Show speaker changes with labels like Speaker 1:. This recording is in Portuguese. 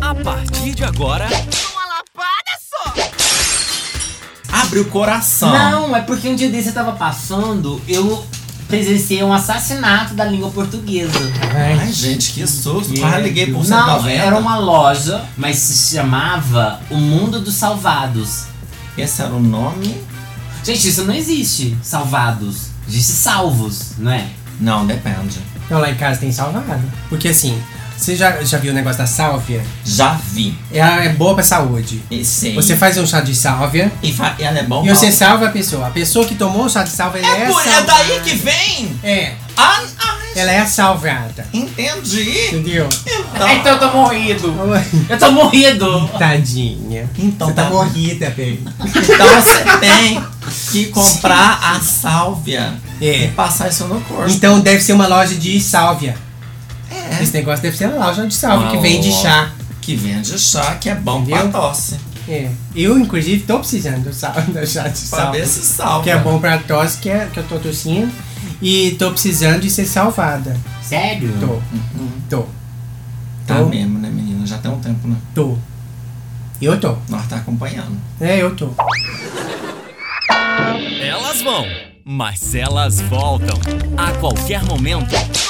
Speaker 1: A partir de agora,
Speaker 2: Uma lapada só!
Speaker 3: Abre o coração.
Speaker 4: Não, é porque um dia desse eu tava passando, eu presenciei um assassinato da língua portuguesa.
Speaker 3: Ai, gente, que susto. Quase liguei pro
Speaker 4: Não,
Speaker 3: 190.
Speaker 4: era uma loja, mas se chamava O Mundo dos Salvados.
Speaker 3: Esse era o nome?
Speaker 4: Gente, isso não existe, salvados. Existe salvos, não é?
Speaker 3: Não, depende.
Speaker 5: Não, lá em casa tem salvado. Porque assim, você já, já viu o negócio da sálvia?
Speaker 3: Já vi.
Speaker 5: Ela é boa pra saúde.
Speaker 3: E sei.
Speaker 5: Você faz um chá de sálvia
Speaker 3: E, fa- e ela é bom
Speaker 5: e
Speaker 3: pra-
Speaker 5: você salva a pessoa. A pessoa que tomou o chá de sálvia ela
Speaker 3: É,
Speaker 5: é,
Speaker 3: por- é
Speaker 5: salvada.
Speaker 3: daí que vem?
Speaker 5: É,
Speaker 3: Ah, ai,
Speaker 5: ela é salvada.
Speaker 3: entendi.
Speaker 5: Entendeu?
Speaker 1: Tá.
Speaker 3: Então,
Speaker 5: É,
Speaker 4: Então eu tô morrido. Eu tô morrido.
Speaker 5: Tadinha.
Speaker 3: Então
Speaker 5: você tá
Speaker 3: tá-
Speaker 5: morrida, bem.
Speaker 3: então você tem que comprar a sálvia e
Speaker 5: É.
Speaker 3: passar isso no corpo.
Speaker 5: Então deve ser uma loja de sálvia.
Speaker 3: É.
Speaker 5: Esse negócio deve ser uma loja de sálvia
Speaker 3: Uma
Speaker 5: que vende
Speaker 3: loja.
Speaker 5: chá.
Speaker 3: Que vende chá, que é bom pra
Speaker 5: Entendeu?
Speaker 3: tosse.
Speaker 5: É. Eu, inclusive, tô precisando do, sal, do chá de
Speaker 3: Pra ver
Speaker 5: sálvia.
Speaker 3: se salva.
Speaker 5: Que é bom pra tosse, que, é, que eu tô tossindo. E tô precisando de ser salvada.
Speaker 4: Sério?
Speaker 5: Tô. Tô.
Speaker 3: Tá
Speaker 5: Então-
Speaker 3: mesmo, né, menina? Já tem um tempo, né?
Speaker 5: Tô. Eu tô.
Speaker 3: Nós tá acompanhando.
Speaker 5: É, eu tô.
Speaker 1: elas vão, mas elas voltam a qualquer momento.